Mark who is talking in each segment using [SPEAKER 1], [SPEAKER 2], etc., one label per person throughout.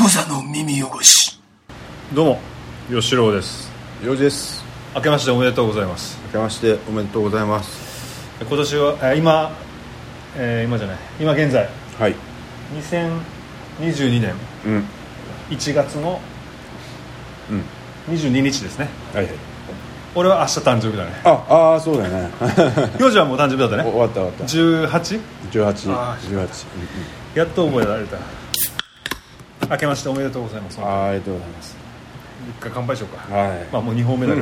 [SPEAKER 1] 無座の耳汚し
[SPEAKER 2] どうも吉郎です
[SPEAKER 3] よじです
[SPEAKER 2] 明けましておめでとうございます
[SPEAKER 3] 明けましておめでとうございます
[SPEAKER 2] 今年はあ今、えー今じゃない今現在
[SPEAKER 3] はい
[SPEAKER 2] 2022年
[SPEAKER 3] うんうん
[SPEAKER 2] 1月の22日ですね
[SPEAKER 3] はいはい
[SPEAKER 2] 俺は明日誕生 日だね
[SPEAKER 3] ああーそうだよね
[SPEAKER 2] 幼児はもう誕生日だった
[SPEAKER 3] お
[SPEAKER 2] ね
[SPEAKER 3] 終わった終わった
[SPEAKER 2] 18
[SPEAKER 3] 1818
[SPEAKER 2] あやっと覚えられた明けましておめでとうございます
[SPEAKER 3] あ
[SPEAKER 2] 一
[SPEAKER 3] ーありがとうございます
[SPEAKER 2] 回乾杯しようか
[SPEAKER 3] はい、
[SPEAKER 2] まあもう2本目だけ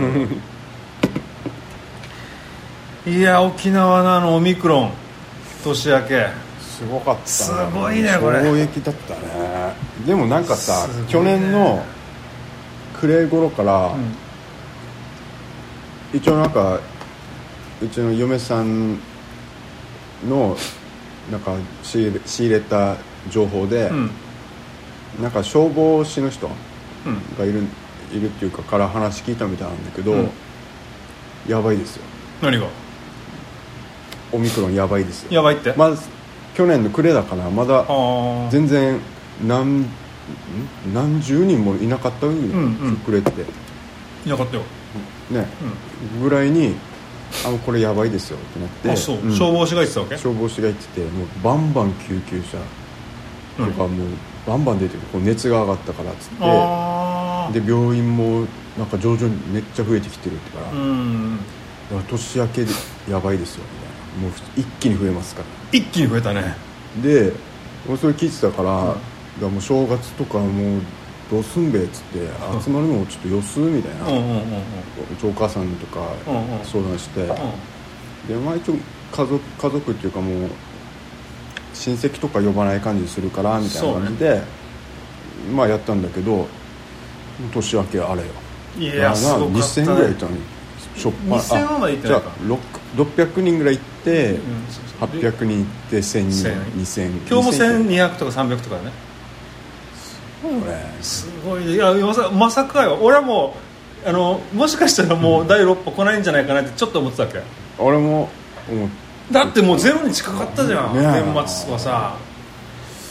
[SPEAKER 2] どいや沖縄のあのオミクロン年明け
[SPEAKER 3] すごかったな
[SPEAKER 2] すごいねこれ
[SPEAKER 3] 衝撃だったねでもなんかさ、
[SPEAKER 2] すごいね
[SPEAKER 3] 去年の暮れ頃から、一応なんかうちの嫁さんのなんか仕入れ仕入れた情報で、
[SPEAKER 2] うん
[SPEAKER 3] なんか消防士の人
[SPEAKER 2] うん
[SPEAKER 3] がいるいるっていうかから話聞いたみたいなんだけど、
[SPEAKER 2] うん
[SPEAKER 3] やばいですよ
[SPEAKER 2] 何が
[SPEAKER 3] オミクロンやばいですよ
[SPEAKER 2] やばいって、
[SPEAKER 3] まだ去年の暮れだからまだ
[SPEAKER 2] あー
[SPEAKER 3] 全然何ん何十人もいなかったのに、
[SPEAKER 2] んうん
[SPEAKER 3] 暮れって
[SPEAKER 2] いなかったよ、
[SPEAKER 3] ね、ぐらいにあもうこれやばいですよってなって
[SPEAKER 2] あそう、
[SPEAKER 3] ん
[SPEAKER 2] 消防士が言ってたわけ
[SPEAKER 3] 消防士が言っててもうバンバン救急車とかもうバンバン出てるこう熱が上がったからっつって
[SPEAKER 2] ああ
[SPEAKER 3] で病院もなんか徐々にめっちゃ増えてきてるってから、
[SPEAKER 2] う
[SPEAKER 3] だか
[SPEAKER 2] ん
[SPEAKER 3] ら年明けでやばいですよみたいなもう一気に増えますから
[SPEAKER 2] 一気に増えたね
[SPEAKER 3] でもうそれ聞いてたから,、だからもう正月とかもうどうすんべえっつって
[SPEAKER 2] ん
[SPEAKER 3] 集まるのもちょっとよすみたいな、
[SPEAKER 2] うんう
[SPEAKER 3] うん
[SPEAKER 2] うんうん
[SPEAKER 3] ちお母さんとか
[SPEAKER 2] うんうん
[SPEAKER 3] 相談して、
[SPEAKER 2] う
[SPEAKER 3] でまあ一応家族家族っていうかもう親戚とか呼ばない感じにするからみたいな感じで、まあやったんだけど年明けあれよ
[SPEAKER 2] んい
[SPEAKER 3] まあ
[SPEAKER 2] やすごかった
[SPEAKER 3] 2000ぐらいい
[SPEAKER 2] ね
[SPEAKER 3] たのにしょっ
[SPEAKER 2] 2000はまだ行ってないか
[SPEAKER 3] あじゃあ6 600人ぐらい行って、
[SPEAKER 2] ん
[SPEAKER 3] 800人行って1000人2000
[SPEAKER 2] 1000今日も
[SPEAKER 3] 2000
[SPEAKER 2] 1200とか300とかね
[SPEAKER 3] そうね
[SPEAKER 2] すごいねいやまさまさかよ俺はもうあのもしかしたらもう第6波来ないんじゃないかなってちょっと思ってたわけ
[SPEAKER 3] 俺も思っ
[SPEAKER 2] だってもうゼロに近かったじゃん、
[SPEAKER 3] ねえ
[SPEAKER 2] 年末はさ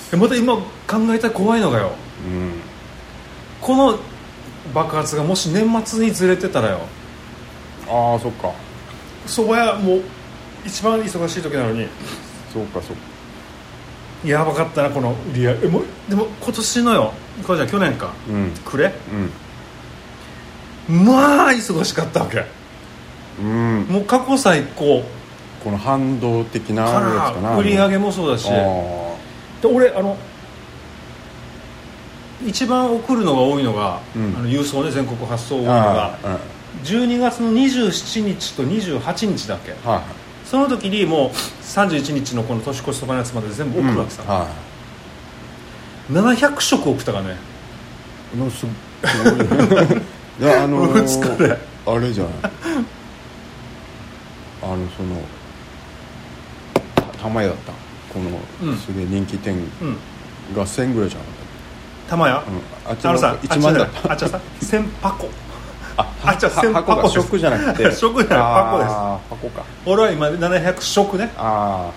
[SPEAKER 2] でまた今考えたら怖いのがよ
[SPEAKER 3] うん
[SPEAKER 2] この爆発がもし年末にずれてたらよ
[SPEAKER 3] ああそっか
[SPEAKER 2] そば屋もう一番忙しい時なのに
[SPEAKER 3] そうかそうか
[SPEAKER 2] やばかったなこの売り上げえもうでも今年のよこれじゃん去年か
[SPEAKER 3] うん
[SPEAKER 2] 暮れ
[SPEAKER 3] うん
[SPEAKER 2] まあ忙しかったわけ
[SPEAKER 3] うん、
[SPEAKER 2] もう過去最高
[SPEAKER 3] この反動的なやつ
[SPEAKER 2] か
[SPEAKER 3] からな
[SPEAKER 2] 売り上げもそうだし
[SPEAKER 3] あ
[SPEAKER 2] で俺あの一番送るのが多いのが、
[SPEAKER 3] うん
[SPEAKER 2] あの郵送ね全国発送多
[SPEAKER 3] ー
[SPEAKER 2] いのが
[SPEAKER 3] あーうん
[SPEAKER 2] 12月の27日と28日だっけ
[SPEAKER 3] はい
[SPEAKER 2] その時にもう31日のこの年越しそばのやつまで全部送るわけ
[SPEAKER 3] うん
[SPEAKER 2] さ、
[SPEAKER 3] は
[SPEAKER 2] 700食送ったからね
[SPEAKER 3] いのす すごいねいやあの
[SPEAKER 2] 二日で
[SPEAKER 3] ー、あれじゃないあのその玉屋だったこの、
[SPEAKER 2] うん
[SPEAKER 3] すげえ人気店
[SPEAKER 2] うん
[SPEAKER 3] が1000ぐらいじゃなか
[SPEAKER 2] 玉屋、
[SPEAKER 3] った、うん、あっち
[SPEAKER 2] あの
[SPEAKER 3] の
[SPEAKER 2] さ
[SPEAKER 3] 1万だった
[SPEAKER 2] あっち はさ千箱あっちは
[SPEAKER 3] は
[SPEAKER 2] 千
[SPEAKER 3] 箱
[SPEAKER 2] 箱
[SPEAKER 3] が
[SPEAKER 2] です
[SPEAKER 3] 食じゃなくて
[SPEAKER 2] 食じゃない箱です
[SPEAKER 3] あー箱か
[SPEAKER 2] 俺は今700食ね
[SPEAKER 3] ああなるほ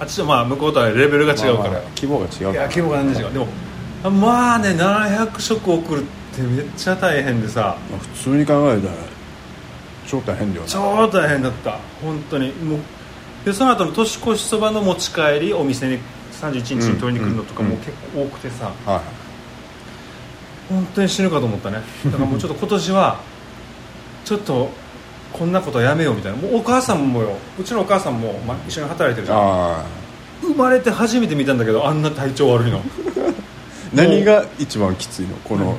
[SPEAKER 2] あっちとまあ向こうとはレベルが
[SPEAKER 3] ど
[SPEAKER 2] 違うか
[SPEAKER 3] ま
[SPEAKER 2] ら、
[SPEAKER 3] あまあ規模が違うから
[SPEAKER 2] いや規模が全然違うでもまあね700食送るってめっちゃ大変でさ
[SPEAKER 3] まあ普通に考えたら超大変だよね
[SPEAKER 2] 超大変だった本当にもうでその後の年越しそばの持ち帰りお店に31日に取りに来るのとか
[SPEAKER 3] うん
[SPEAKER 2] も結構多くてさ
[SPEAKER 3] はい
[SPEAKER 2] 本当に死ぬかと思ったねだからもうちょっと今年はちょっとこんなことやめようみたいなもうお母さんもようちのお母さんも、まあ、一緒に働いてるじゃん
[SPEAKER 3] ああ
[SPEAKER 2] 生まれて初めて見たんだけどあんな体調悪いの
[SPEAKER 3] 何が一番きついのこの、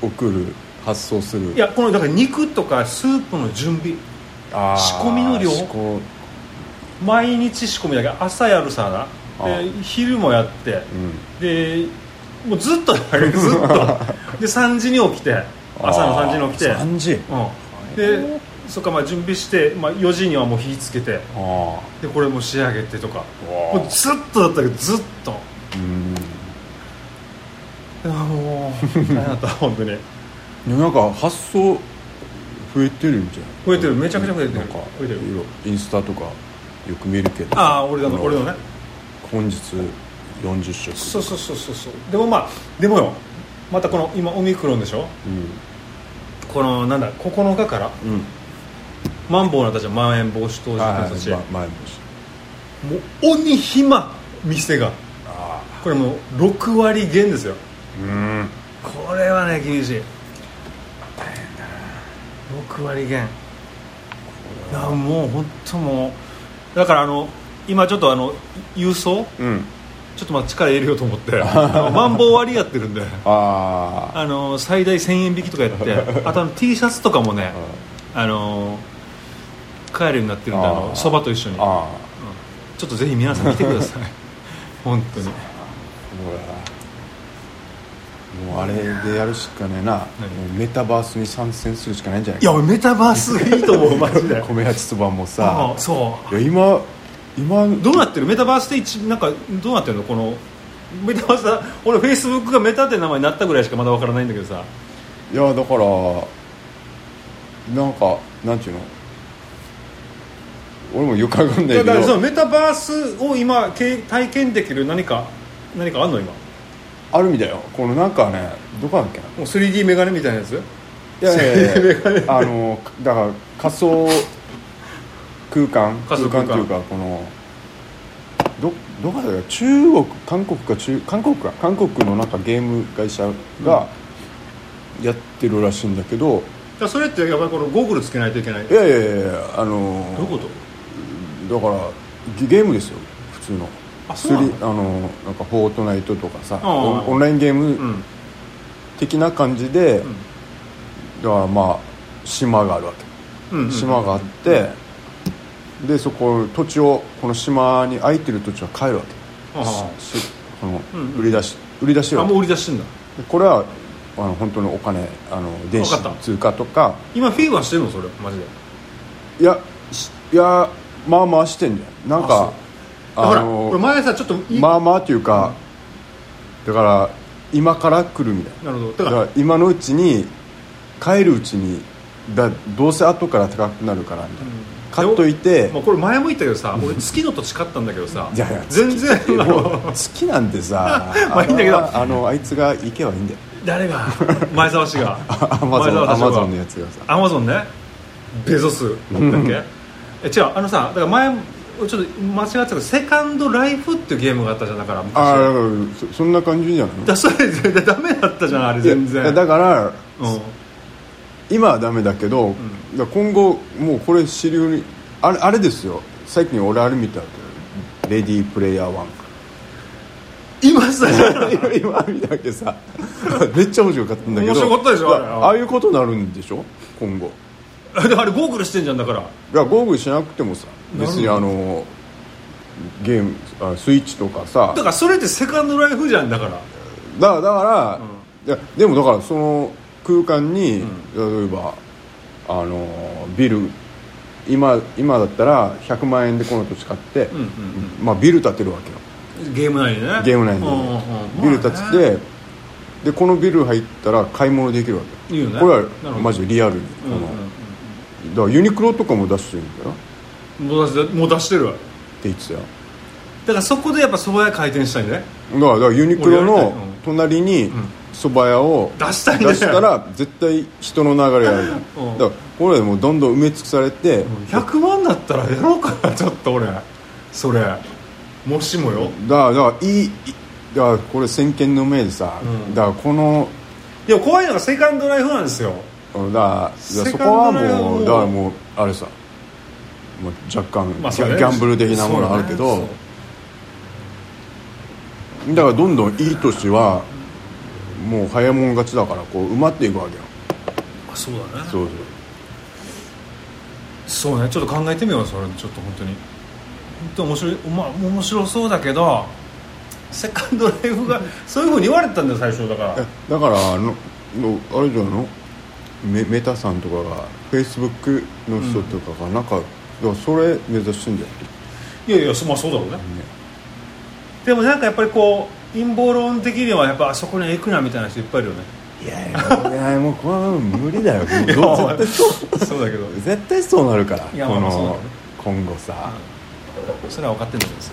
[SPEAKER 3] 送る発送する
[SPEAKER 2] いやこのだから肉とかスープの準備
[SPEAKER 3] あー
[SPEAKER 2] 仕込みの量
[SPEAKER 3] 仕込み
[SPEAKER 2] 毎日仕込みだけど朝やるさな
[SPEAKER 3] ああ
[SPEAKER 2] で昼もやって
[SPEAKER 3] うん
[SPEAKER 2] でもうずっとだよ ずっとで3時に起きて朝の3時に起きて
[SPEAKER 3] あー3時
[SPEAKER 2] うん、でそっかまあ準備して、まあ、4時にはもう火つけて
[SPEAKER 3] ああ
[SPEAKER 2] でこれも仕上げてとか
[SPEAKER 3] うわ
[SPEAKER 2] もうずっとだったけどずっと
[SPEAKER 3] うん
[SPEAKER 2] いやもう大変だ った本当に
[SPEAKER 3] でもなんか発送増えてるんじゃない
[SPEAKER 2] 増えてるめちゃくちゃ増えてる
[SPEAKER 3] なんか
[SPEAKER 2] 増えてる
[SPEAKER 3] いろいろインスタとかよく見るけど
[SPEAKER 2] ああ俺だの
[SPEAKER 3] こ
[SPEAKER 2] 俺のね
[SPEAKER 3] 本日40食
[SPEAKER 2] そうそうそうそうそうでもまあでもよまたこの今オミクロンでしょ
[SPEAKER 3] う
[SPEAKER 2] このなんだ9日から
[SPEAKER 3] んうん
[SPEAKER 2] マンボウのたちはまん延防止等重
[SPEAKER 3] はい
[SPEAKER 2] 点
[SPEAKER 3] はい
[SPEAKER 2] 措置、
[SPEAKER 3] ま前もし
[SPEAKER 2] もう鬼暇店が
[SPEAKER 3] ああ
[SPEAKER 2] これもう6割減ですよ
[SPEAKER 3] うん
[SPEAKER 2] これはね厳しい6割減いやもう本当もうだからあの今ちょっとあの郵送
[SPEAKER 3] うん
[SPEAKER 2] ちょっとまあ力入れようと思って あのマンボウ割りやってるんで
[SPEAKER 3] ああ
[SPEAKER 2] あの最大1000円引きとかや ってあとあの T シャツとかもねあの買えるようになってるんであ
[SPEAKER 3] あ
[SPEAKER 2] の
[SPEAKER 3] ー
[SPEAKER 2] そばと一緒に
[SPEAKER 3] ああ
[SPEAKER 2] ちょっとぜひ皆さん見てくだ さい本当にね
[SPEAKER 3] ほらもうあれでやるしかねえなもうメタバースに参戦するしかないんじゃない
[SPEAKER 2] いや俺メタバースいいと思うマジで
[SPEAKER 3] 米八つばもさ
[SPEAKER 2] あそ
[SPEAKER 3] いや今今
[SPEAKER 2] うどうなってるメタバースって一なんかどうなってるのこのメタバースだ俺フェイスブックがメタって名前になったぐらいしかまだわからないんだけどさ
[SPEAKER 3] いやだからなんかなんていうの俺もよくわかんないけ
[SPEAKER 2] だからその
[SPEAKER 3] ど
[SPEAKER 2] メタバースを今け体験できる何か何かあんの今も
[SPEAKER 3] あるみたいよこのなんかねどこだっけな
[SPEAKER 2] う 3D メガネみたいなやつ
[SPEAKER 3] いやいやいや あのだから仮想空間
[SPEAKER 2] 仮想空間
[SPEAKER 3] というかこのどどこだよ中国韓国か中韓国か韓国のなんかゲーム会社がやってるらしいんだけど、
[SPEAKER 2] だからそれってやっぱりこのゴーグルつけないといけない
[SPEAKER 3] い
[SPEAKER 2] ど
[SPEAKER 3] やいやいやいやあの
[SPEAKER 2] ういうこと
[SPEAKER 3] だからゲゲームですよ普通の
[SPEAKER 2] あそうなの
[SPEAKER 3] スリあのなんか「フォートナイト」とかさ
[SPEAKER 2] ああ
[SPEAKER 3] オンオンラインゲー
[SPEAKER 2] う
[SPEAKER 3] ム
[SPEAKER 2] ん
[SPEAKER 3] 的な感じで、
[SPEAKER 2] ん
[SPEAKER 3] だからまあ島があるわ
[SPEAKER 2] うんう
[SPEAKER 3] け
[SPEAKER 2] ん
[SPEAKER 3] 島があって、でそこ土地をこの島に空いてる土地は買えるわ
[SPEAKER 2] あ
[SPEAKER 3] け
[SPEAKER 2] あ
[SPEAKER 3] ししこの
[SPEAKER 2] うんうん
[SPEAKER 3] 売り出し売り出し
[SPEAKER 2] あ
[SPEAKER 3] よ
[SPEAKER 2] もう売り出してんだ
[SPEAKER 3] これはあの本当にお金あの電子
[SPEAKER 2] わかった
[SPEAKER 3] 通貨とか
[SPEAKER 2] 今フィーバーしてるのそれマジで
[SPEAKER 3] いやしいやまあまあしてんじゃんなんか
[SPEAKER 2] だから俺前さちょっとい
[SPEAKER 3] まあまあというか、だから今から来るみたい
[SPEAKER 2] なるほ
[SPEAKER 3] なだ
[SPEAKER 2] どだか
[SPEAKER 3] からら今のうちに帰るうちにだどうせ後から高くなるからみたいな、買っといて
[SPEAKER 2] まあ、これ前も言ったけどさ俺月の土地買ったんだけどさ
[SPEAKER 3] いやいや
[SPEAKER 2] 全然
[SPEAKER 3] も
[SPEAKER 2] あ
[SPEAKER 3] う
[SPEAKER 2] の
[SPEAKER 3] 好きなんでさ
[SPEAKER 2] まあいいんだけど
[SPEAKER 3] あれはあのあいつが行けばいいんだよ
[SPEAKER 2] 誰が前澤氏が
[SPEAKER 3] アマゾンア
[SPEAKER 2] 前
[SPEAKER 3] マ
[SPEAKER 2] 澤
[SPEAKER 3] ゾン
[SPEAKER 2] 氏
[SPEAKER 3] の
[SPEAKER 2] が
[SPEAKER 3] やつがさ
[SPEAKER 2] アマゾンねベゾスだっけえ違うあのさだから前ちょっと間違ってたけどセカンドライフっていうゲームがあったじゃんだから昔
[SPEAKER 3] ああそそんな感じじゃない
[SPEAKER 2] だそれ全然ダメだったじゃんあれ全然
[SPEAKER 3] いやだから
[SPEAKER 2] うん
[SPEAKER 3] 今はダメだけど、だから今後もうこれ主流にあれあれですよ最近俺あれ見たわけレディープレイヤー1
[SPEAKER 2] 今さ
[SPEAKER 3] 今今見ただけさめっちゃ面白かったんだけど
[SPEAKER 2] 面白かったでしょあれ
[SPEAKER 3] ああいうことになるんでしょ今後
[SPEAKER 2] あれあれゴーグルしてんじゃんだから
[SPEAKER 3] いやゴーグルしなくてもさ別に
[SPEAKER 2] な
[SPEAKER 3] あのゲームあスイッチとかさ
[SPEAKER 2] だからそれってセカンドライフじゃんだから
[SPEAKER 3] だからだから、いやでもだからその空間に、例えばあのビル今今だったら100万円でこの土地買って、
[SPEAKER 2] うんうん
[SPEAKER 3] まあ、ビル建てるわけよ
[SPEAKER 2] ゲーム内にね
[SPEAKER 3] ゲーム内
[SPEAKER 2] うんうん
[SPEAKER 3] に
[SPEAKER 2] う
[SPEAKER 3] ビ
[SPEAKER 2] ん
[SPEAKER 3] ル建て
[SPEAKER 2] まあ
[SPEAKER 3] て、
[SPEAKER 2] ね
[SPEAKER 3] でこのビル入ったら買い物できるわけ
[SPEAKER 2] いいよね
[SPEAKER 3] これ
[SPEAKER 2] なるほ
[SPEAKER 3] は
[SPEAKER 2] ど
[SPEAKER 3] マジでリアルにこ
[SPEAKER 2] うん
[SPEAKER 3] の、
[SPEAKER 2] うん
[SPEAKER 3] だからユニクロとかも出してるんだよって
[SPEAKER 2] うんもう出してもう出してるわ
[SPEAKER 3] 言ってたよ
[SPEAKER 2] だからそこでやっぱ蕎麦屋回転したいね
[SPEAKER 3] だからだからユニクロ
[SPEAKER 2] 俺やり
[SPEAKER 3] の
[SPEAKER 2] たいうん
[SPEAKER 3] 隣に蕎麦屋を
[SPEAKER 2] 出したいね
[SPEAKER 3] 出したら絶対人の流れがあるじゃん
[SPEAKER 2] うん
[SPEAKER 3] だからこれはもうどんどん埋め尽くされてだか
[SPEAKER 2] 100万だったらやろうかなちょっと俺それもしもよ
[SPEAKER 3] らだからいいいだからこれ先見の明でさ
[SPEAKER 2] うん
[SPEAKER 3] だからこの
[SPEAKER 2] でも怖いのがセカンドライフなんですよ
[SPEAKER 3] だからだから
[SPEAKER 2] セ
[SPEAKER 3] そ
[SPEAKER 2] カンド
[SPEAKER 3] こは
[SPEAKER 2] ラインはも
[SPEAKER 3] も
[SPEAKER 2] う
[SPEAKER 3] うだからもうあれさもう若干ギ
[SPEAKER 2] まあそれ
[SPEAKER 3] ャギャンブル的なものあるけ
[SPEAKER 2] そう
[SPEAKER 3] ど
[SPEAKER 2] ね
[SPEAKER 3] だからどんどんいい年はもう早もん勝ちだからこう埋まっていくわけよ
[SPEAKER 2] そうまあそうだね
[SPEAKER 3] そうそう
[SPEAKER 2] そうねちょっと考えてみようそれちょっと本当に本当面白い、まあ、面白そうだけどセカンドライフ がそういうふうに言われてたんだよ最初だから
[SPEAKER 3] えだからあののあれじゃないのメメタさんとかがフェイスブックの人とかがなんか,、だからそれ目指してんだよ
[SPEAKER 2] いやいやそ,、まあ、そうだろうねでもなんかやっぱりこう陰謀論的にはやっぱあそこに行くなみたいな人いっぱいい るよね
[SPEAKER 3] いやいやいやもうこれは無理だ よ絶
[SPEAKER 2] や
[SPEAKER 3] 対そう
[SPEAKER 2] そうだけど
[SPEAKER 3] 絶対そうなるから
[SPEAKER 2] いや
[SPEAKER 3] こ
[SPEAKER 2] まあそうだ
[SPEAKER 3] の
[SPEAKER 2] ね
[SPEAKER 3] 今後さ、
[SPEAKER 2] それは分かってんだけどさ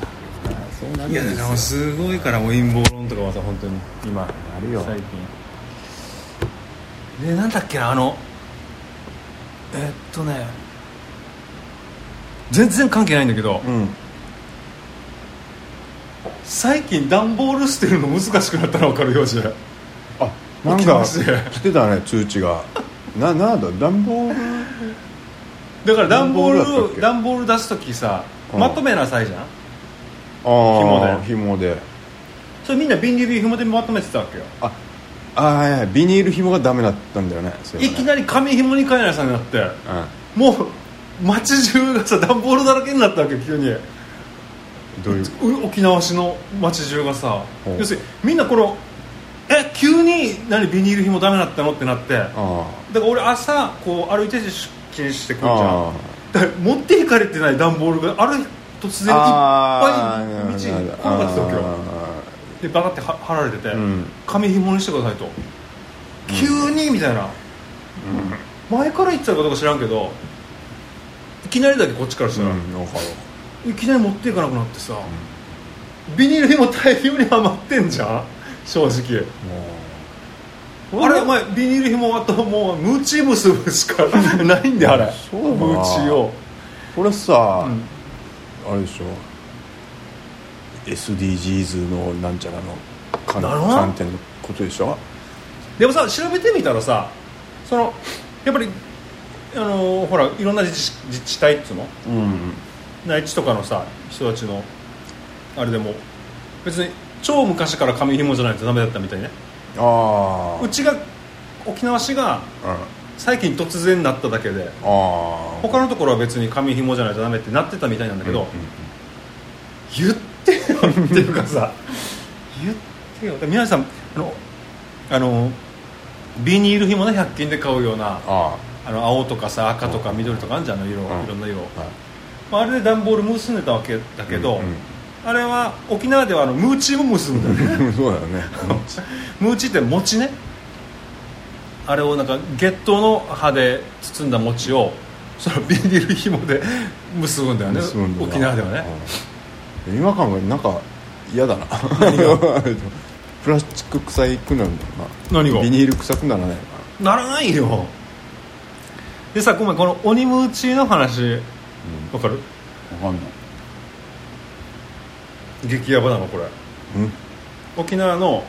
[SPEAKER 3] そそうなるん
[SPEAKER 2] いや
[SPEAKER 3] で
[SPEAKER 2] です
[SPEAKER 3] よ
[SPEAKER 2] もすごいからもう陰謀論とかはさ本当に今
[SPEAKER 3] あるよ
[SPEAKER 2] 最近でなんだっけなあのえっとね全然関係ないんだけど、
[SPEAKER 3] うん
[SPEAKER 2] 最近段ボール捨てるの難しくなったの分かるようじゃ
[SPEAKER 3] あなん
[SPEAKER 2] 起きま
[SPEAKER 3] か
[SPEAKER 2] して
[SPEAKER 3] 来てたね通知がななんだ段ボール
[SPEAKER 2] だから段ボー
[SPEAKER 3] 段ボールだったっけ
[SPEAKER 2] ル段ボール出す時さ
[SPEAKER 3] うん
[SPEAKER 2] まとめなさいじゃん
[SPEAKER 3] ああ
[SPEAKER 2] 紐で
[SPEAKER 3] 紐で
[SPEAKER 2] それみんなビニール紐でまとめてたわけよ
[SPEAKER 3] ああーはいはいビニール紐がダメだったんだよねそうい
[SPEAKER 2] い
[SPEAKER 3] えば
[SPEAKER 2] き
[SPEAKER 3] ね
[SPEAKER 2] なり紙紐に変えなさいになって
[SPEAKER 3] うん
[SPEAKER 2] もう街中がさ段ボールだらけになったわけ急に
[SPEAKER 3] どういう
[SPEAKER 2] う沖縄市の街中がさ
[SPEAKER 3] ほう
[SPEAKER 2] 要するにみんなこのえ急に何ビニール紐ダメだったのってなってだか
[SPEAKER 3] あ
[SPEAKER 2] ら俺朝こう歩いて出勤してく
[SPEAKER 3] ー
[SPEAKER 2] るじゃ
[SPEAKER 3] あ
[SPEAKER 2] んだから持っていかれてない段ボールがある日突然いっぱい道に転がってたわけよ
[SPEAKER 3] よ
[SPEAKER 2] でバカっては貼られてて、
[SPEAKER 3] うん
[SPEAKER 2] 紙紐にしてくださいと、急にみたいな、前から言ってたことか知らんけどいきなりだけこっちからしたら、
[SPEAKER 3] うんわかる
[SPEAKER 2] いきなり持っていかなくなってさ、ビニール紐大量に余ってんじゃん正直あれお前ビニール紐あともうムチ結ぶしか ないんであれ
[SPEAKER 3] そうだな
[SPEAKER 2] ムチを、
[SPEAKER 3] これさ、
[SPEAKER 2] うん
[SPEAKER 3] あれでしょ SDGs のなんちゃらの観
[SPEAKER 2] だろ
[SPEAKER 3] 観点のことでしょ
[SPEAKER 2] でもさ調べてみたらさそのやっぱりあのーほらいろんな自治自治体っつうの
[SPEAKER 3] うん
[SPEAKER 2] 内地とかのさ人たちのあれでも別に超昔から紙紐じゃないとダメだったみたいね
[SPEAKER 3] あー
[SPEAKER 2] うちが沖縄市が
[SPEAKER 3] うんあ
[SPEAKER 2] 最近突然なっただけで
[SPEAKER 3] あ
[SPEAKER 2] 他のところは別に紙紐じゃないとダメってなってたみたいなんだけど、言ってよっていう かさ言ってよ皆さんあのあのビニール紐ね100均で買うような
[SPEAKER 3] あ
[SPEAKER 2] あの青とかさ赤とか緑とかあるじゃんあの色、
[SPEAKER 3] うん
[SPEAKER 2] いろんな色、
[SPEAKER 3] あはい
[SPEAKER 2] まあ、あれで段ボール結んでたわけだけど、
[SPEAKER 3] うん
[SPEAKER 2] あれは沖縄ではあのムーチーも結ぶんだよね
[SPEAKER 3] うん そうだよね
[SPEAKER 2] ムーチーって餅ねあれをなんか月桃の葉で包んだ餅をそのビニール紐で結ぶんだよね
[SPEAKER 3] 結ぶんだな
[SPEAKER 2] 沖縄ではね、
[SPEAKER 3] うん今考えなんか嫌だな プラスチック臭いくなるんだろうな
[SPEAKER 2] 何が
[SPEAKER 3] ビニール臭くならないのか
[SPEAKER 2] ならないよでさごめんこの鬼ムーチーの話わ
[SPEAKER 3] な分か
[SPEAKER 2] かる
[SPEAKER 3] んない
[SPEAKER 2] 激ヤバなのこれ
[SPEAKER 3] うんうん
[SPEAKER 2] 沖縄の、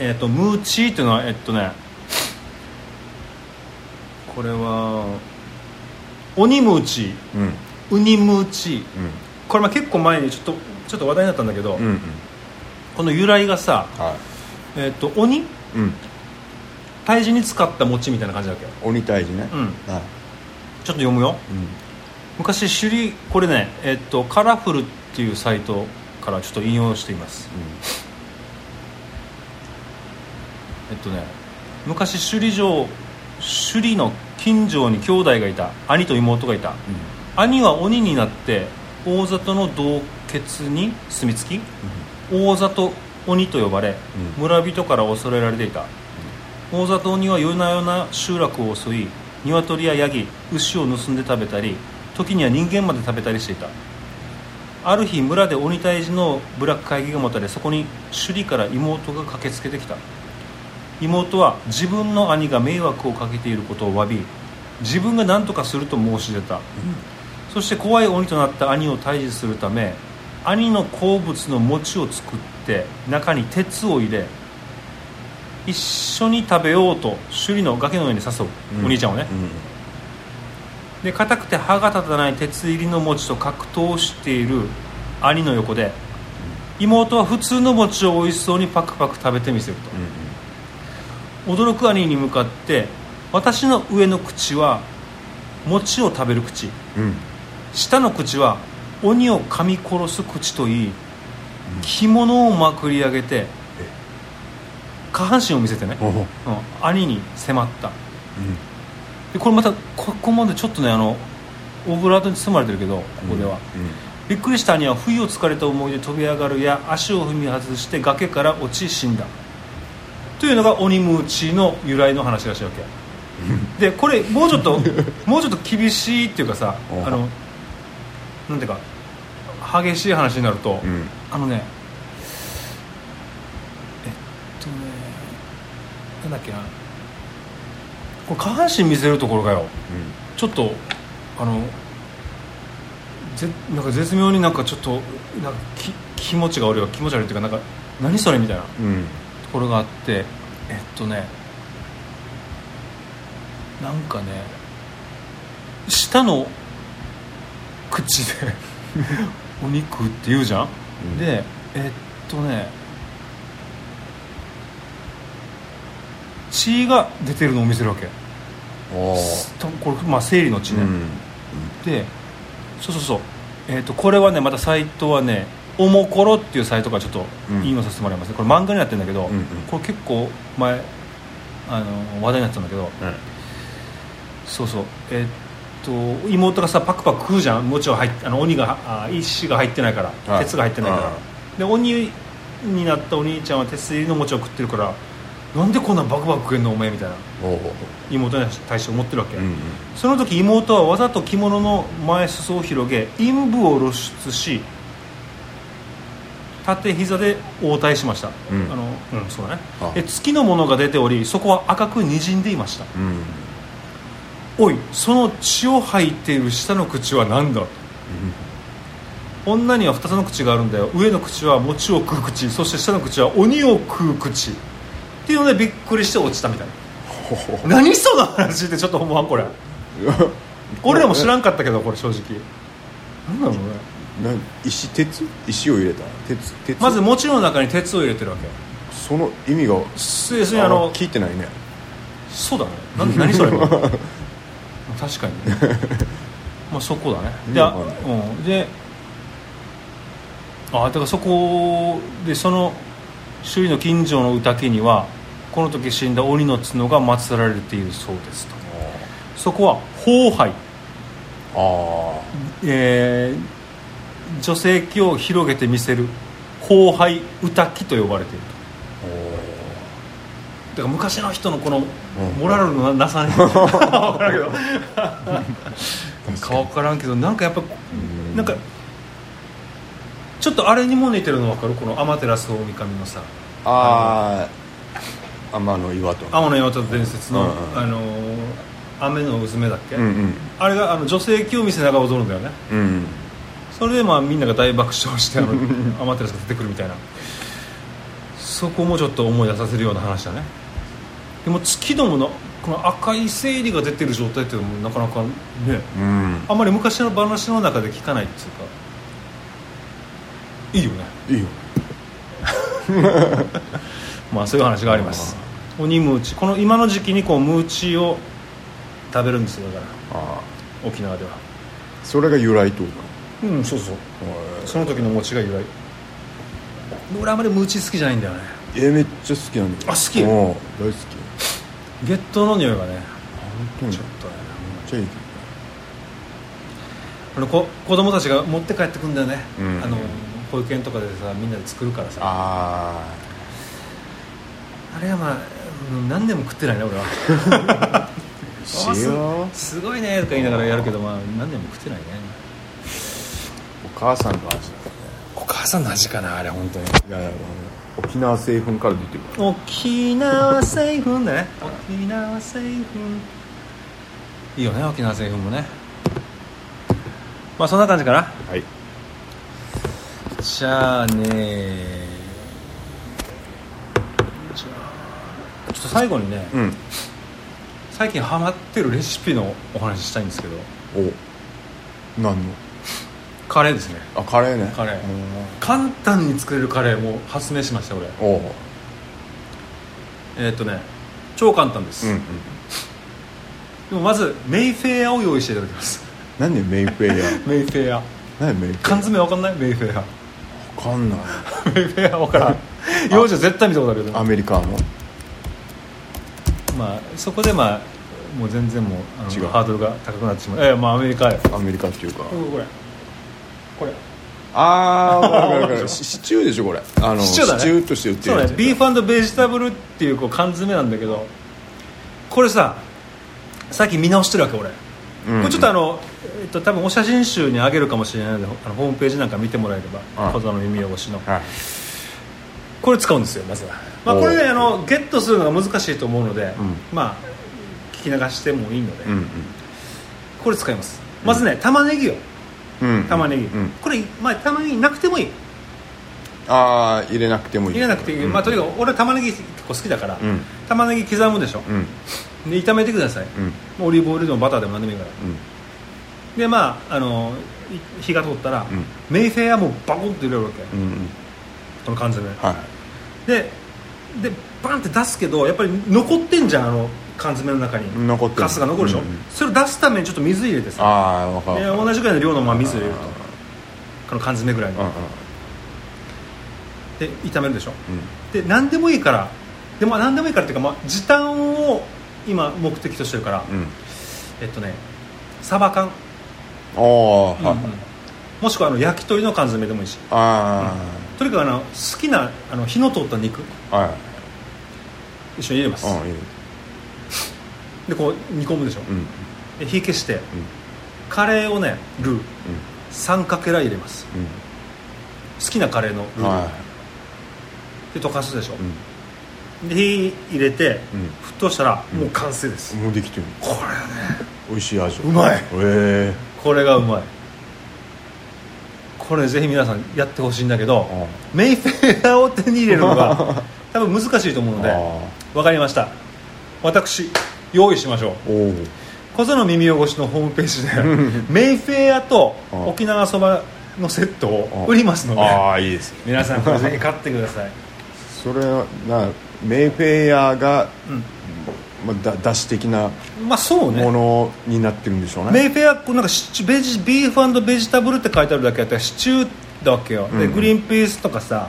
[SPEAKER 2] えー、とムーチーっていうのはえっとねこれは鬼ムーチー
[SPEAKER 3] うんうん
[SPEAKER 2] ウニムーチー
[SPEAKER 3] うん
[SPEAKER 2] これまあ結構前にちょっとちょっと話題になったんだけど、
[SPEAKER 3] うんうん
[SPEAKER 2] この由来がさ、
[SPEAKER 3] は
[SPEAKER 2] えっと鬼
[SPEAKER 3] いうん
[SPEAKER 2] 退治に使った餅みたいな感じだっけ
[SPEAKER 3] 鬼退治ね
[SPEAKER 2] うん
[SPEAKER 3] はい
[SPEAKER 2] ちょっと読むよ
[SPEAKER 3] うん
[SPEAKER 2] 昔首里これね、えっとカラフルっていうサイトからちょっと引用していますえっとね昔首里城首里の近所に兄弟がいた兄と妹がいた兄は鬼になって大里の洞穴に住み着き大里鬼と呼ばれ、
[SPEAKER 3] う
[SPEAKER 2] 村人から恐れられていた、大里鬼は夜な夜な集落を襲い鶏やヤギ牛を盗んで食べたり時には人間まで食べたりしていたある日村で鬼退治の部落会議が持たれそこに首里から妹が駆けつけてきた妹は自分の兄が迷惑をかけていることを詫び自分が何とかすると申し出た、そして怖い鬼となった兄を退治するため兄の好物の餅を作って中に鉄を入れ一緒に食べようと首里の崖の上に誘う、
[SPEAKER 3] うん
[SPEAKER 2] お兄ちゃんをね
[SPEAKER 3] う、ん
[SPEAKER 2] で硬くて歯が立たない鉄入りの餅と格闘している兄の横で妹は普通の餅を美味しそうにパクパク食べてみせると、驚く兄に向かって私の上の口は餅を食べる口
[SPEAKER 3] うんうん
[SPEAKER 2] 下の口は鬼を噛み殺す口といい着物をまくり上げて下半身を見せてね、
[SPEAKER 3] おう
[SPEAKER 2] うん兄に迫ったでこれまたここまでちょっとねあのオブラートに包まれてるけどここでは、びっくりした兄は不意をつかれた思いで飛び上がるや足を踏み外して崖から落ち死んだというのが鬼ムーチーの由来の話らしいわけでこれ もうちょっともうちょっと厳しいっていうかさ
[SPEAKER 3] おう
[SPEAKER 2] あのなんていうか激しい話になると、
[SPEAKER 3] うん
[SPEAKER 2] あのねえっとねなんだっけなこれ下半身見せるところがよちょっとあのぜなんか絶妙になんかちょっとなんかき気持ちが俺は気持ち悪いっていうかなんか何それみたいなと
[SPEAKER 3] うんうん
[SPEAKER 2] ころがあってえっとねなんかね舌の口で お肉って言うじゃん、
[SPEAKER 3] うん
[SPEAKER 2] でえっとね血が出てるのを見せるわけ
[SPEAKER 3] お
[SPEAKER 2] 多分これ、まあ、生理の血
[SPEAKER 3] う
[SPEAKER 2] ね、
[SPEAKER 3] ん
[SPEAKER 2] でそうそうそう、えー、とこれはねまたサイトはねおもころっていうサイトからちょっと
[SPEAKER 3] うん
[SPEAKER 2] 引用させてもらいます、これ漫画になってるんだけど、
[SPEAKER 3] うんうん
[SPEAKER 2] これ結構前あの話題になってたんだけど
[SPEAKER 3] うん
[SPEAKER 2] そうそうえーっと妹がさパクパク食うじゃんもちろん入っあの鬼があ石が入ってないから、
[SPEAKER 3] はい
[SPEAKER 2] 鉄が入ってないから、
[SPEAKER 3] あ
[SPEAKER 2] で鬼になったお兄ちゃんは鉄の餅を食ってるからなんでこんなバクバク食えんのお前みたいな
[SPEAKER 3] おー
[SPEAKER 2] 妹に対して思ってるわけ、
[SPEAKER 3] うんうん
[SPEAKER 2] その時妹はわざと着物の前裾を広げ陰部を露出し縦膝で応対しました、
[SPEAKER 3] うん
[SPEAKER 2] あのうんそうだね
[SPEAKER 3] あ
[SPEAKER 2] え月のものが出ておりそこは赤くにじんでいました
[SPEAKER 3] うん
[SPEAKER 2] おいその血を吐いている下の口は何だ女には2つの口があるんだよ上の口は餅を食う口そして下の口は鬼を食う口っていうのでびっくりして落ちたみたいな
[SPEAKER 3] ほほほ
[SPEAKER 2] 何その話ってちょっと思わんこれ俺らも知らんかったけどこれ正直何なのこれ
[SPEAKER 3] な石鉄石を入れた鉄鉄
[SPEAKER 2] まず餅の中に鉄を入れてるわけ
[SPEAKER 3] その意味が
[SPEAKER 2] す要するにあ
[SPEAKER 3] あ
[SPEAKER 2] の
[SPEAKER 3] 聞いてないね
[SPEAKER 2] そうだねな何それ確かにねまあそこだねで,あ、
[SPEAKER 3] 意味わか
[SPEAKER 2] うん、であだからそこでその周囲の近所の宴にはこの時死んだ鬼の角が祀られているそうですとそこは法杯
[SPEAKER 3] ああ
[SPEAKER 2] えー女性器を広げて見せる後輩歌きと呼ばれているとだから昔の人のこの
[SPEAKER 3] ん
[SPEAKER 2] モラルのな さに分からんけど顔からんけどなんかやっ
[SPEAKER 3] う
[SPEAKER 2] ぱ
[SPEAKER 3] ん
[SPEAKER 2] なんかちょっとあれにも似てるの分かるこの天照大神のさ
[SPEAKER 3] ああ天の岩と
[SPEAKER 2] 天の岩戸伝説
[SPEAKER 3] う
[SPEAKER 2] の、
[SPEAKER 3] んうん
[SPEAKER 2] あのー雨のうずめだっけ、
[SPEAKER 3] うん
[SPEAKER 2] あれがあの女性器を見せながら踊るんだよね
[SPEAKER 3] うんうん
[SPEAKER 2] それでまあみんなが大爆笑してあの アマテラスが出てくるみたいなそこもちょっと思い出させるような話だねでも月どものこの赤い生理が出てる状態っていうのもなかなかね
[SPEAKER 3] うん
[SPEAKER 2] あんまり昔の話の中で聞かないっていうかいいよ
[SPEAKER 3] い
[SPEAKER 2] ね
[SPEAKER 3] いよ
[SPEAKER 2] まあそういう話があります鬼ムーチこの今の時期にこうムーチを食べるんですよだか
[SPEAKER 3] あ
[SPEAKER 2] ら沖縄では
[SPEAKER 3] あそれが由来ってこ
[SPEAKER 2] うんそうそう
[SPEAKER 3] となの
[SPEAKER 2] その時の餅が由来俺あまりムーチ好きじゃないんだよね
[SPEAKER 3] えめっちゃ好きなんだよ
[SPEAKER 2] あ好き
[SPEAKER 3] うん大好き
[SPEAKER 2] ゲットの匂いがね
[SPEAKER 3] 本当に
[SPEAKER 2] ちょ
[SPEAKER 3] め
[SPEAKER 2] っ
[SPEAKER 3] っ
[SPEAKER 2] とね
[SPEAKER 3] ちゃいい
[SPEAKER 2] これこ子供たちが持って帰ってくんだよね、
[SPEAKER 3] うん
[SPEAKER 2] あの保育園とかでさみんなで作るからさあ
[SPEAKER 3] あ
[SPEAKER 2] れはまあうん何でも食ってないね俺 は
[SPEAKER 3] あ
[SPEAKER 2] あ
[SPEAKER 3] しよう
[SPEAKER 2] すすごいねとか言いながらやるけどまあ何でも食ってないね
[SPEAKER 3] お母さんの味だね
[SPEAKER 2] お母さんの味かなあれ本当に
[SPEAKER 3] いやいや沖縄製粉から出てるか
[SPEAKER 2] 沖縄製粉だね沖縄製粉いいよね沖縄製粉もねまあそんな感じかな
[SPEAKER 3] らはい
[SPEAKER 2] じゃあねじゃあちょっと最後にね、
[SPEAKER 3] うん
[SPEAKER 2] 最近ハマってるレシピのお話ししたいんですけど
[SPEAKER 3] お何の
[SPEAKER 2] カレーですね
[SPEAKER 3] あカレーね
[SPEAKER 2] カレー
[SPEAKER 3] うん
[SPEAKER 2] 簡単に作れるカレーも発明しました俺
[SPEAKER 3] おう
[SPEAKER 2] えーっとね超簡単で
[SPEAKER 3] う
[SPEAKER 2] す、
[SPEAKER 3] んうん
[SPEAKER 2] でもまずメイフェアを用意していただきます
[SPEAKER 3] 何でメイプエリア
[SPEAKER 2] メイフェア
[SPEAKER 3] 何でメイプエリア
[SPEAKER 2] 缶詰わかんないメイフ ェア
[SPEAKER 3] わかんない
[SPEAKER 2] メイフェアわからん幼女絶対見たことあるけど
[SPEAKER 3] アメリカの
[SPEAKER 2] まあそこでまあもう全然もうあの
[SPEAKER 3] 違う
[SPEAKER 2] ハードルが高くなってしまうええまあアメリカよ
[SPEAKER 3] アメリカっていうか
[SPEAKER 2] これこれこれ
[SPEAKER 3] ああ分かる分か るシシチューでしょこれあの
[SPEAKER 2] シチューだね
[SPEAKER 3] として売って
[SPEAKER 2] そう
[SPEAKER 3] る
[SPEAKER 2] ね
[SPEAKER 3] やつ
[SPEAKER 2] ビーフベジタブルっていうこう缶詰なんだけどこれささっき見直してるわけ俺、
[SPEAKER 3] うん
[SPEAKER 2] これちょっとあのえっと、多分お写真集にあげるかもしれないのであのホームページなんか見てもらえれば「
[SPEAKER 3] はい
[SPEAKER 2] 小座の耳汚しの」
[SPEAKER 3] はい
[SPEAKER 2] これ使うんですよまずは、まあ、
[SPEAKER 3] おう
[SPEAKER 2] これねあのゲットするのが難しいと思うので、
[SPEAKER 3] うん
[SPEAKER 2] まあ聞き流してもいいので、
[SPEAKER 3] うん
[SPEAKER 2] これ使いますまずね玉ねぎを
[SPEAKER 3] うんうん
[SPEAKER 2] 玉ねぎ、
[SPEAKER 3] うん
[SPEAKER 2] これ、まあ、玉ねぎなくてもいい
[SPEAKER 3] ああ入れなくてもいい
[SPEAKER 2] 入れなくていい、
[SPEAKER 3] うん
[SPEAKER 2] まあ、とにかく俺は玉ねぎ結構好きだから、
[SPEAKER 3] うん
[SPEAKER 2] 玉ねぎ刻むでしょ、
[SPEAKER 3] うん
[SPEAKER 2] で炒めてください、
[SPEAKER 3] うん
[SPEAKER 2] もうオリーブオイルでもバターでも何でもいいから
[SPEAKER 3] うん
[SPEAKER 2] でまああのい火が通ったら、
[SPEAKER 3] うん
[SPEAKER 2] メイフェアもうバコンと入れるわけ、
[SPEAKER 3] うんうん
[SPEAKER 2] この缶詰
[SPEAKER 3] はい
[SPEAKER 2] ででバンって出すけどやっぱり残ってんじゃんあの缶詰の中に
[SPEAKER 3] 残ってる
[SPEAKER 2] ガスが残るでしょ、
[SPEAKER 3] うんうん
[SPEAKER 2] それを出すためにちょっと水入れてさ
[SPEAKER 3] ああ分か
[SPEAKER 2] で
[SPEAKER 3] る分かる
[SPEAKER 2] 同じぐらいの量のまあ水を入れるとこの缶詰ぐらい
[SPEAKER 3] うんうん
[SPEAKER 2] ので炒めるでしょ
[SPEAKER 3] うん
[SPEAKER 2] で何でもいいからでも何でもいいからっていうか、まあ、時短を今目的としてるから、
[SPEAKER 3] うん
[SPEAKER 2] えっとねサバ缶、
[SPEAKER 3] ああはい
[SPEAKER 2] うんうんもしくはあの焼き鳥の缶詰でもいいし
[SPEAKER 3] あ
[SPEAKER 2] とにかくあの好きなあの火の通った肉
[SPEAKER 3] あはい
[SPEAKER 2] 一緒に入れます、
[SPEAKER 3] うん入れる
[SPEAKER 2] でこう煮込むでしょ、
[SPEAKER 3] うん
[SPEAKER 2] で火消して、カレーをねルー3かけら入れます
[SPEAKER 3] うん
[SPEAKER 2] 好きなカレーの
[SPEAKER 3] う
[SPEAKER 2] ル
[SPEAKER 3] ん
[SPEAKER 2] ー、
[SPEAKER 3] は
[SPEAKER 2] で溶かすでしょ
[SPEAKER 3] い、うん
[SPEAKER 2] で火入れて、
[SPEAKER 3] うん
[SPEAKER 2] 沸騰したらもう完成です、
[SPEAKER 3] もうできてる
[SPEAKER 2] これね
[SPEAKER 3] 美味しい味
[SPEAKER 2] うまい
[SPEAKER 3] ええ
[SPEAKER 2] これがうまいこれぜひ皆さんやってほしいんだけど
[SPEAKER 3] あ
[SPEAKER 2] メイフェアを手に入れるのが多分難しいと思う ので
[SPEAKER 3] あ
[SPEAKER 2] わかりました私用意しましょう
[SPEAKER 3] おお
[SPEAKER 2] 小僧の耳汚しのホームページでメイフェアと沖縄そばのセットを売りますので
[SPEAKER 3] ああいいです
[SPEAKER 2] 皆さんこれぜひ買ってください、
[SPEAKER 3] それはなメイフェアが、
[SPEAKER 2] う、
[SPEAKER 3] まあ、だ出汁的なん
[SPEAKER 2] まあそうね
[SPEAKER 3] ものになってるんでしょうね
[SPEAKER 2] メイフェアこうなんかシチュベジビーフベジタブルって書いてあるだけあったらシチューだわけよ、
[SPEAKER 3] うん
[SPEAKER 2] で
[SPEAKER 3] うん
[SPEAKER 2] グリーンピースとかさ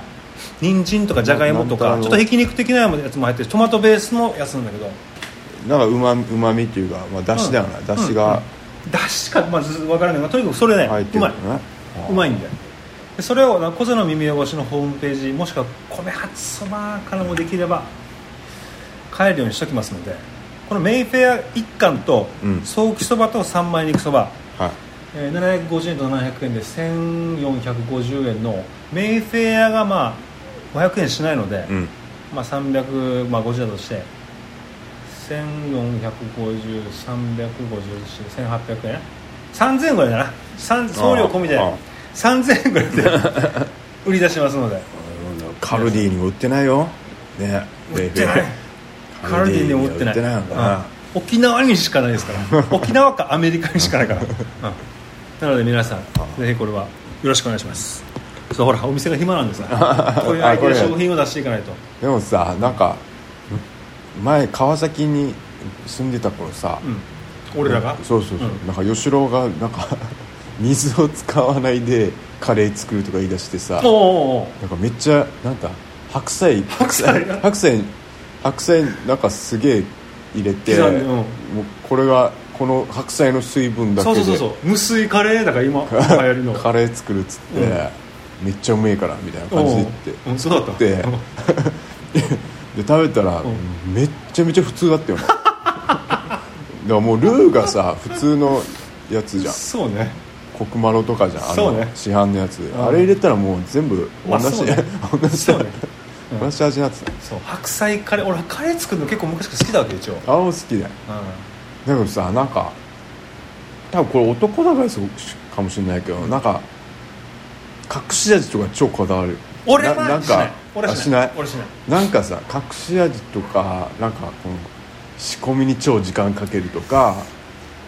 [SPEAKER 2] 人参とかじゃがいもと
[SPEAKER 3] な
[SPEAKER 2] か
[SPEAKER 3] なんだろう
[SPEAKER 2] ちょっとひき肉的なやつも入ってるトマトベースのやつなんだけど
[SPEAKER 3] なんかうまうまみっていうか、まあ、出汁だよな、
[SPEAKER 2] うん
[SPEAKER 3] 出汁が
[SPEAKER 2] だしかまず分からないがとにかくそれね
[SPEAKER 3] 入って
[SPEAKER 2] う
[SPEAKER 3] る
[SPEAKER 2] ま
[SPEAKER 3] よ
[SPEAKER 2] い
[SPEAKER 3] ね、
[SPEAKER 2] うまいんだよでそれをな小瀬の耳汚しのホームページもしくは米初そばからもできれば買えるようにしときますのでこのメイフェア1貫と
[SPEAKER 3] うん
[SPEAKER 2] 早期そばと三枚肉そば、
[SPEAKER 3] はい
[SPEAKER 2] えー750円と700円で1450円のメイフェアがまあ500円しないので、
[SPEAKER 3] うん
[SPEAKER 2] まあ、350円だとして145030501800円3000円ぐらいだな三送料込みで
[SPEAKER 3] ああ
[SPEAKER 2] 3000円ぐ らいで売り出しますので
[SPEAKER 3] カルディにも売ってないよね
[SPEAKER 2] 売ってないカルディにも売ってない
[SPEAKER 3] 売ってないのかな
[SPEAKER 2] うん沖縄にしかないですから 沖縄かアメリカにしかないから、うんなので皆さんぜひこれはよろしくお願いしますそうほらお店が暇なんですからこういうアイデ
[SPEAKER 3] あこ
[SPEAKER 2] ア
[SPEAKER 3] れ
[SPEAKER 2] 商品を出していかないと
[SPEAKER 3] でもさなんか前川崎に住んでた頃さ、
[SPEAKER 2] うん俺らが
[SPEAKER 3] そうそうそう、
[SPEAKER 2] ん
[SPEAKER 3] なんか吉郎がなんか 水を使わないでカレー作るとか言い出してさ
[SPEAKER 2] おうおうおう
[SPEAKER 3] なんかめっちゃなんだ白菜 白
[SPEAKER 2] 菜が
[SPEAKER 3] 白菜白菜なんかすげえ入れて、
[SPEAKER 2] 刻んでうん
[SPEAKER 3] もうこれがこの白菜の水分だけ
[SPEAKER 2] そう
[SPEAKER 3] で
[SPEAKER 2] そうそうそう無水カレーだから 今流行りの
[SPEAKER 3] カレー作るっつって、
[SPEAKER 2] うん
[SPEAKER 3] めっちゃうめえからみたいな感じで言って
[SPEAKER 2] うんそうだった
[SPEAKER 3] で
[SPEAKER 2] うん
[SPEAKER 3] で食べたら、
[SPEAKER 2] ん
[SPEAKER 3] めっちゃめちゃ普通だ ったよねだからもうルーがさ普通のやつじゃん
[SPEAKER 2] そうね
[SPEAKER 3] コクマロとかじゃんあ
[SPEAKER 2] そう
[SPEAKER 3] の、
[SPEAKER 2] ね
[SPEAKER 3] 市販のやつ、
[SPEAKER 2] ん
[SPEAKER 3] あれ入れたらもう全部
[SPEAKER 2] ま
[SPEAKER 3] 同
[SPEAKER 2] あ
[SPEAKER 3] じ、
[SPEAKER 2] そうね
[SPEAKER 3] 同じ
[SPEAKER 2] そうねう
[SPEAKER 3] 同
[SPEAKER 2] ん
[SPEAKER 3] じ味になってた
[SPEAKER 2] そう白菜カレー俺カレー作るの結構昔から好きだわけ一応うん
[SPEAKER 3] 青好きだよでもさなんか多分これ男だからそうかもしれないけどなんか隠し味とか超こだわる
[SPEAKER 2] 俺
[SPEAKER 3] なな
[SPEAKER 2] は
[SPEAKER 3] ん
[SPEAKER 2] しない
[SPEAKER 3] か
[SPEAKER 2] 俺は
[SPEAKER 3] あ
[SPEAKER 2] し
[SPEAKER 3] し
[SPEAKER 2] な
[SPEAKER 3] ないい
[SPEAKER 2] 俺しない
[SPEAKER 3] なんかさ隠し味とかなんかこの仕込みに超時間かけるとか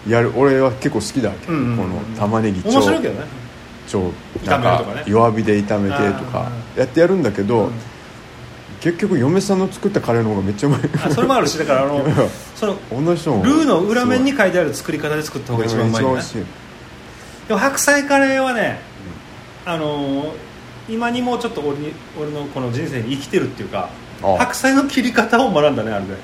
[SPEAKER 3] やる俺は結構好きだわけ、
[SPEAKER 2] うんうんうん
[SPEAKER 3] この玉ねぎ超
[SPEAKER 2] 面白いけどね
[SPEAKER 3] 超
[SPEAKER 2] 炒
[SPEAKER 3] なん
[SPEAKER 2] める
[SPEAKER 3] か
[SPEAKER 2] とかね
[SPEAKER 3] 弱火で炒めてとかやってやるんだけど、
[SPEAKER 2] うん
[SPEAKER 3] 結局嫁さんの作ったカレーの方がめっちゃうまい
[SPEAKER 2] あそれもあるしだからあのその
[SPEAKER 3] 同じ人も
[SPEAKER 2] ルーの裏面に書いてある作り方で作った
[SPEAKER 3] そ
[SPEAKER 2] 方
[SPEAKER 3] う
[SPEAKER 2] が一番うまい
[SPEAKER 3] 一番美
[SPEAKER 2] んだ
[SPEAKER 3] 味しい
[SPEAKER 2] でも白菜カレーはねあのー今にもちょっと俺に俺のこの人生に生きてるっていうか
[SPEAKER 3] あ
[SPEAKER 2] 白菜の切り方を学んだねあれで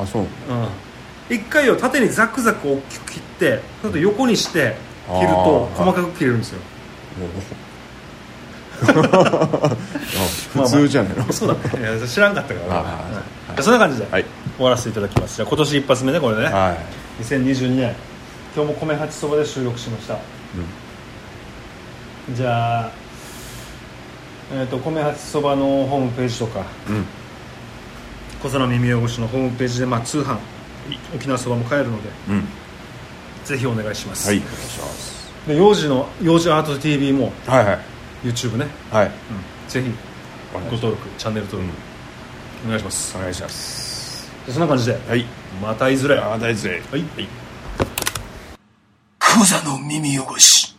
[SPEAKER 3] あ そう
[SPEAKER 2] うん、一回を縦にザクザク大きく切ってちょっと横にして切ると
[SPEAKER 3] あー
[SPEAKER 2] 細かく切れるんですよ
[SPEAKER 3] あ普通じゃないの、
[SPEAKER 2] そうだねいや知らんか ったから、
[SPEAKER 3] あ
[SPEAKER 2] 俺
[SPEAKER 3] ー
[SPEAKER 2] うんそんな感じで、
[SPEAKER 3] はい
[SPEAKER 2] 終わらせていただきますじゃあ今年一発目ねこれね、
[SPEAKER 3] はい
[SPEAKER 2] 2022年今日も米八そばで収録しましたじゃあ、えー、と米八そばのホームページとか
[SPEAKER 3] うんうん
[SPEAKER 2] 小皿耳汚しのホームページで、まあ、通販い沖縄そばも買えるので
[SPEAKER 3] うん
[SPEAKER 2] ぜひお願いします、
[SPEAKER 3] はいお願いします
[SPEAKER 2] で幼児の幼児アート TV も
[SPEAKER 3] はいはい
[SPEAKER 2] YouTube ね、
[SPEAKER 3] はい
[SPEAKER 2] うん、ぜひご登録チャンネル登録、お願いします
[SPEAKER 3] お願いします
[SPEAKER 2] でそんな感じで
[SPEAKER 3] はい
[SPEAKER 2] またいずれ
[SPEAKER 3] あー大事
[SPEAKER 2] はい
[SPEAKER 3] はい
[SPEAKER 2] 小皿の耳汚し